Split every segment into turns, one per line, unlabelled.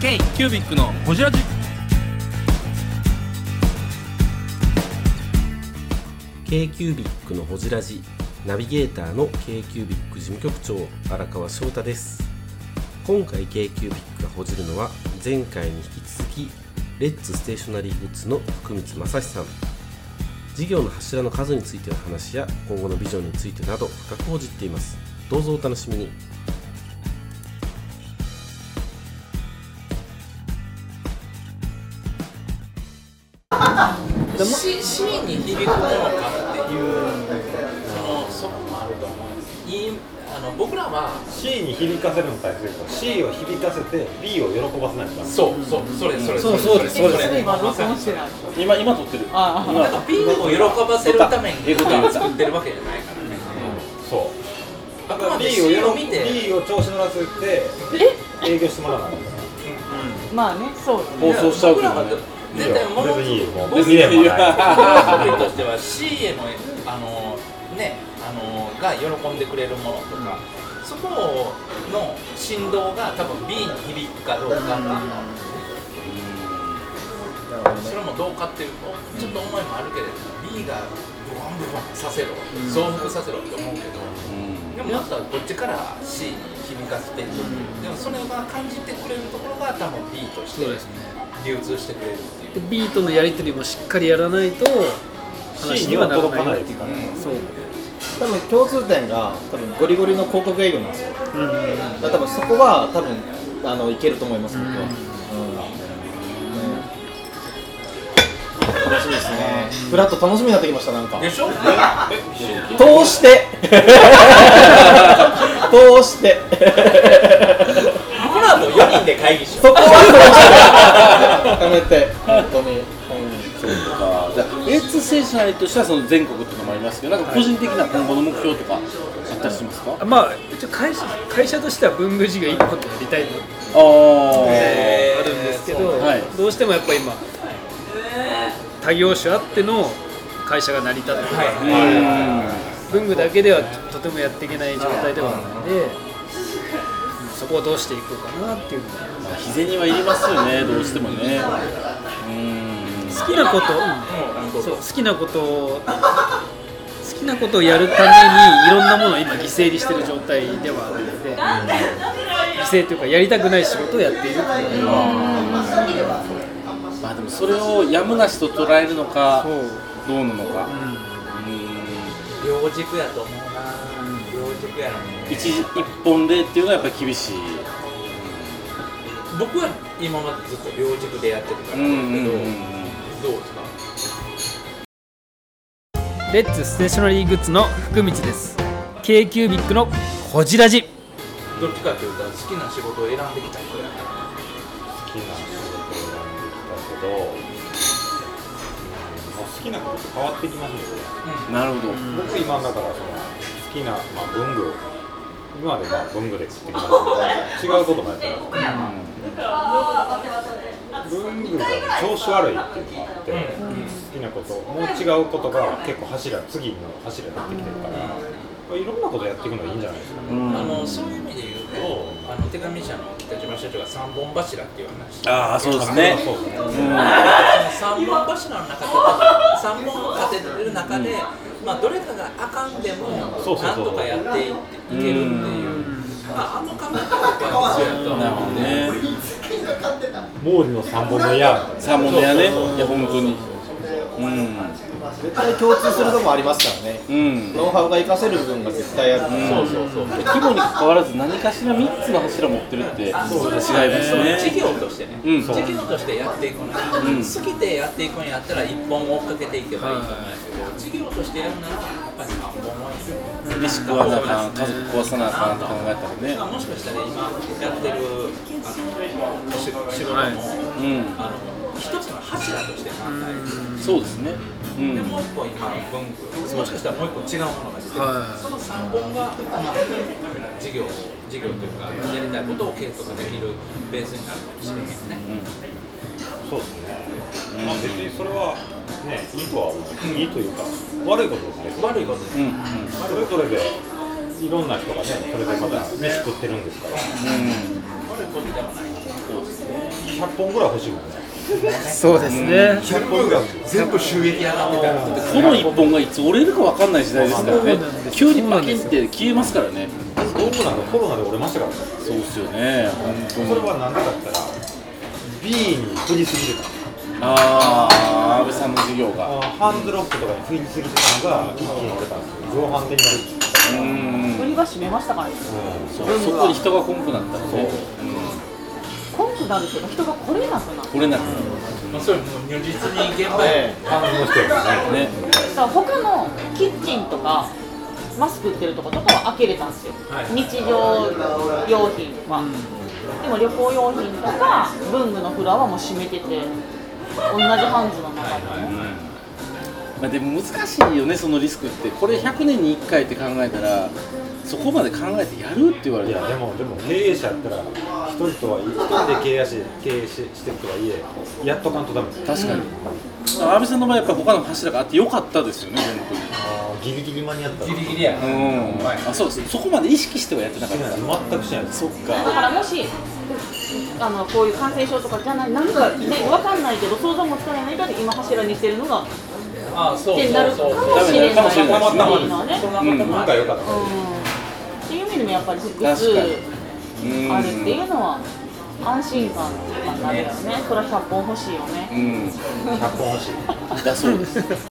K キュービックのホジラジ
ー k ービックのほじラジナビゲーターの k ービック事務局長荒川翔太です今回 k ービックがほじるのは前回に引き続きレッツステーショナリーグッズの福光正史さん事業の柱の数についての話や今後のビジョンについてなど深く報じっていますどうぞお楽しみに
し市民に響くものかっていうそのそこもあると思うんですいいあの僕らは
C に響かせるの大切ですよ C を響かせて B を喜ばせないとダメ
そうそうそれそれ
そうそうですそうです
れ
今
ま
録
さに
音してない。
今今撮ってる
ああ、
なんか B を喜ばせるために僕らは作ってるわけじゃないからね
そう
あ
だ
く
から
まで
B
C を
を
見
喜
て
B を調子乗らせて営業してもらわないと
まあね、そう。
放送しちゃうけどね
絶対もの
別にいいよもう
僕
別にいいよもう
僕としては C へのあのねあのが喜んでくれるものとか、そこの振動が多分 B に響くかどうかっていうのはそれもどうかっていうとちょっと思いもあるけれども B がブワンブワンさせろ増幅させろって思うけど。でもまずはこっちから C に響かせてる、でもそれが感じてくれるところが多分 B として流通してくれるっていう
でビートのやり取りもしっかりやらないと
C には届かないっていうか
そう、
多分共通点が多分ゴリゴリの広告営業なんですよだ
うんうんうん、
から多分そこは多分あのいけると思います僕は、うん楽しみですねフラット楽しみになってきましたなんか
でしょ
通して 通して
僕らの4人で会議しよ
そこは通してやめて本当に、
とかじゃあレッツステーショナリーとしてはその全国っていうのもありますけどなんか個人的な今後の目標とかあったりしますか、あ
まあ、一応会社会社としては文具事業1個ってやりたいのが
あ
あるんですけど、
はい
どうしてもやっぱ今多業種あっての会社が成り立ってるから、文具だけではとてもやっていけない状態ではあるので、うんそこをどうしていこうかなっていうのが
まあ日銭はいりますよねどうしてもねうん
好きなこと、うんそう好きなことを好きなことをやるためにいろんなものを今犠牲にしてる状態ではあるので、犠牲というかやりたくない仕事をやっているっていう
まあでもそれをやむなしと捉えるのか
そう
どうなのか
う両軸やと思うな両軸やろね
一一本でっていうのはやっぱり厳しい
僕は今までずっと両軸でやってるからだけど、どうですか
レッツステーショナリーグッズの福光です k キュービックのほじラジ
どっちかというと好きな仕事を選んできた人やから
好きな仕事を選んできたけどもう好きなことって変わってきますよね
なるほど
僕今だからその好きな、まあ、文具今までまあ文具で食ってきましたけど違うこともやってます、文具が調子悪いっていうのがあって、好きなこともう違うことが結構柱次の柱になってきてるからいろんなことやっていくのがいいんじゃないですかね
あのそういう意味で言うとあの手紙社の北島社長が三本柱っていう話
ああそうですね
そうですね
三本柱の中で三本立ててる中で、まあどれかがあかんでも
そうそうそ
なん
う
とかやっていけるっていう、まああの考え方は必要やと
なる
思
ほど
うんで、
ね
毛利の三本の矢みたいな
サーモン屋ねいや本当に
絶対共通するとこありますからね
うんうん
ノウハウが活かせる部分が絶対ある、
そうそうそう規模に関わらず何かしら3つの柱持ってるって違いま
そう
す
事
ね
業としてね、
うん
事業としてやっていくのに、好きでやっていくんやったら一本追っかけていけばいいと思うんですけど、事業としてやるならやっぱり三本はいいよ
飯食わなあかん家族壊さなあかんって考えたらね
もしかしたら今やってるあの仕仕事
う
も、あの一つの柱として考える。
んそうですねう
で
ん
もう一本今文具もしかしたらもう一個違うものが出てる、その三本が、まあ、事業事業というかやりたいことを継続できるベースになるかもしれないですね、
そうですね、まあ別にそれはねいいとは思ういいというか悪いことですね
悪いことです、
うんうん
それぞれでいろんな人がねそれでまた飯食ってるんですから
うん
ずこっちではない
100本ぐらい欲しいもんね
そうですね、
100本が
全部収益上がってたら
この一本がいつ折れるかわかんない時代ですからね
そうなんです
急にパキンって消えますからね
道具なんかコロナで折れましたからね
そうですよね
そ
本当
れ
に
は何でかって言ったら B に振りすぎてた
ああ安倍さんの授業が
ハンドロックとかに振りすぎてたのが一気に折れたんですよ上半的に
うん
売り場閉めましたからね
そうそこに人が来なくなったらね
コンプなんですけど人が来れなくなって
来れなく
まあそれもう如実に現場や
感じの人やもんね
なるね
さ他のキッチンとかマスク売ってるとことかは開けれたんですよ、
はい
日常用品は、でも旅行用品とか文具のフラはもう閉めてて同じハンズの中で、
まあ、でも難しいよねそのリスクってこれ100年に1回って考えたらそこまで考えてやるって言われ
い
たら
やでもでも経営者やったら一人とはいえ一人で経営し経営ししてるとはいえやっとかんとダメですよ
確かに、だから安倍さんの場合やっぱ他の柱があってよかったですよね本
あーギリギリ間に合った
ギリギリや
当にうん、あそうですそこまで意識してはやってなかった
全くしないです
そっ
だ
か
からもしあのこういう感染症とかじゃないなんかね分かんないけど想像もつかない中で今柱にしてるのがっ
ああそうそう
てなるか
そう
もしれな
ダメだよ
い
かもしれない
っていうのはね
そんな
う
こと
ん
も
今
ある
回良かった
うんっていう意味でもやっぱり複
確
数
かにうん
あるっていうのは安心感とかになるよねそれは100本欲しいよね
うん
100本欲しい
だそうです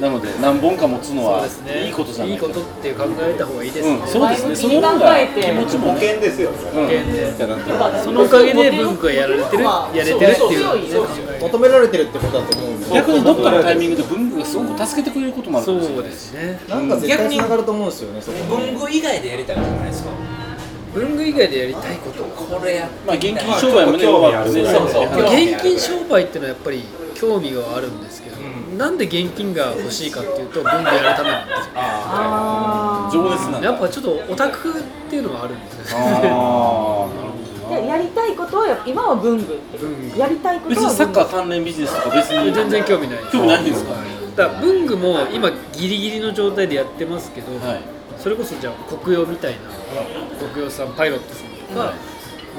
なので何本か持つの
そう
は
ですね、
いいことじゃない
い
か
ことって考えた方がいいですね、
うん、そうですねその
前
方
向きに考
が
え
気
て
持ちも
保険ですよね
う
険
ん
で
いやなんていうの
そのおかげで文句がやられてるやれてるっていう
そう
求められてるってことだと思うんで
逆にどっかのタイミングで文具がすごく助けてくれることもあるかもしれ
そ
な
う
い
ですね
なんか絶対繋がると思うんですよねそこ
文具以外でやりたいじゃないですか
文具以外でやりたいこと
これやっ
まあ現金商売もね
ちょっと興味ある
ね
ぐらい
そうそう
話
現金商売っていうのはやっぱり興味があるんですけど、なんで現金が欲しいかっていうと文具やるためなんですよ
あ
情熱なんだ
やっぱちょっとオタクっていうのがあるんですよね
ああ
ーでやりたいことはやっぱ今は文具って
文具
やりたいこ
別
とは文
に
具
サッカー関連ビジネスとか別 に
全然興味ない
興味ないんですか
だから文具も今ギリギリの状態でやってますけど、
はい
それこそじゃあ国用みたいな国用さんパイロットさんとか、も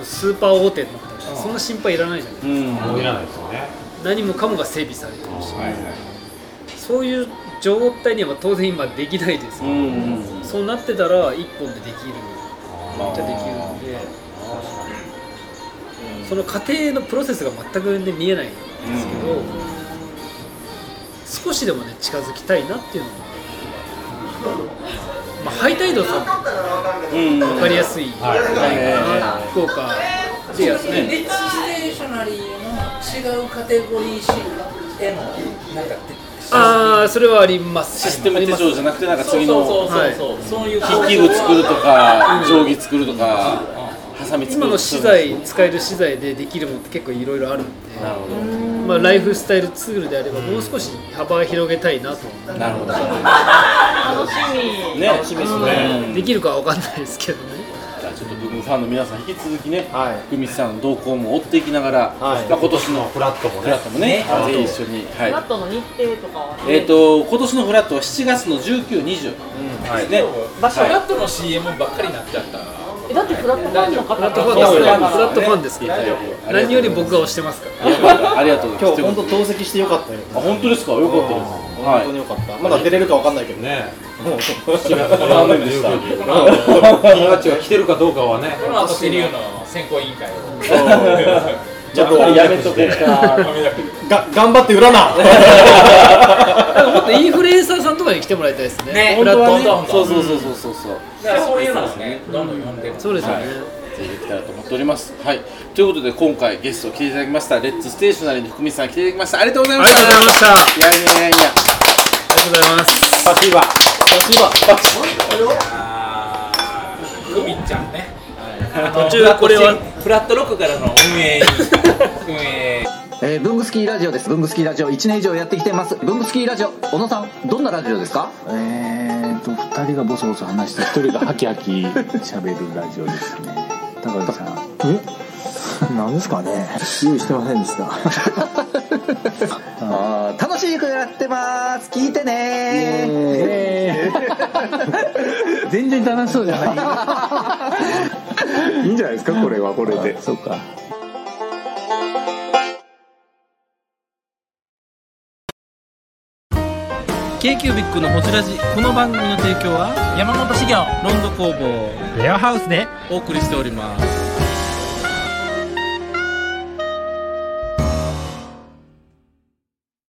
うスーパー大手になったらそんな心配いらないじゃない
うん
もういらないですよね
何もかもが整備されてるし、そういう状態には当然今できないです
う
よ、
ん
そうなってたら一本でできるめっちゃできるのでその過程のプロセスが全く、ね、見えないんですけど、少しでもね近づきたいなっていうのも、まあ、ハイタイドさんも
うん
分かりやすい
はい
は
福岡でやってね
エッチステーショナリーの違うカテゴリーシへのなんか
ああそれはあります
システム手
あり
帳
ま
じゃなくてなんか
そう
次
そう
の
そうそう、そういう
筆記具作るとか定規作るとかハサミ
す
作る
今
とか
の資材使える資材でできるものって結構いろいろあるんで
なるほど
まあ、ライフスタイルツールであればもう少し幅広げたいなと思って
なるほど
楽しみ
ね楽しみですね
できるかは分かんないですけどね
じゃあちょっと文具ファンの皆さん引き続きね
はい
グミさんの動向も追っていきながら、
はい
まあ、今年
その
の
フラットも
フラ
ね
ットもねぜひ一緒に、はい
フラットの日程とかはね、
えっ、と今年のフラットは7月の19、20ですね、
場所フラットの CM ばっかりになっちゃった
えだってフラットファンの方
フラットファン
で
ですす
ね
ね
フ
フラ
ラッ
ット
トフ
ファンですすね
ァンでねはい
何より僕が推してますから
ありがとうございますありがとうございます
今日本当同席してよかったよ
あ本当ですかよかったです
本当によかったまだ出れるかわかんないけどね
ね
もう
7月の
残念でした
19金八が来てるかどうかはね
この後セリュの選考委員会を
ちょ
や
っ
っぱり
と
やめとこうか
が頑張って売らな
なんかもっとインフルエンサーさんとかに来てもらいたいですね
ね
フラットファン
本当
そう
はね
そうそうそうそうそう
だからそういうのをねどんどん呼んで
そうですよね、
はいていけたらと思っております。はい、ということで今回ゲスト来ていただきましたレッツステーショナリーの福光さん来ていただきましたありがとうございました。。
ありがとうございました
いやいやいやい
あり
や。
がとうございます。
パシーバ。
パシーバ。
パシ
グミちゃんね
途中これは
フラットロックからの運営に運営
えー、ブングスキーラジオです。ブングスキーラジオ1年以上やってきてます。ブングスキーラジオ、小野さん、どんなラジオですかえーと、2人がボソボソ話して、1人がハキハキ喋るラジオですね。高橋さん。えなんですかね用意してませんでした。 あー楽しくやってます聞いてね 全然楽しそうじゃ ないいいんじゃないですかこれはこれでそうか
ケーキュービックのホジラジこの番組の提供は山本資源ロンド工房
レアハウスで
お送りしております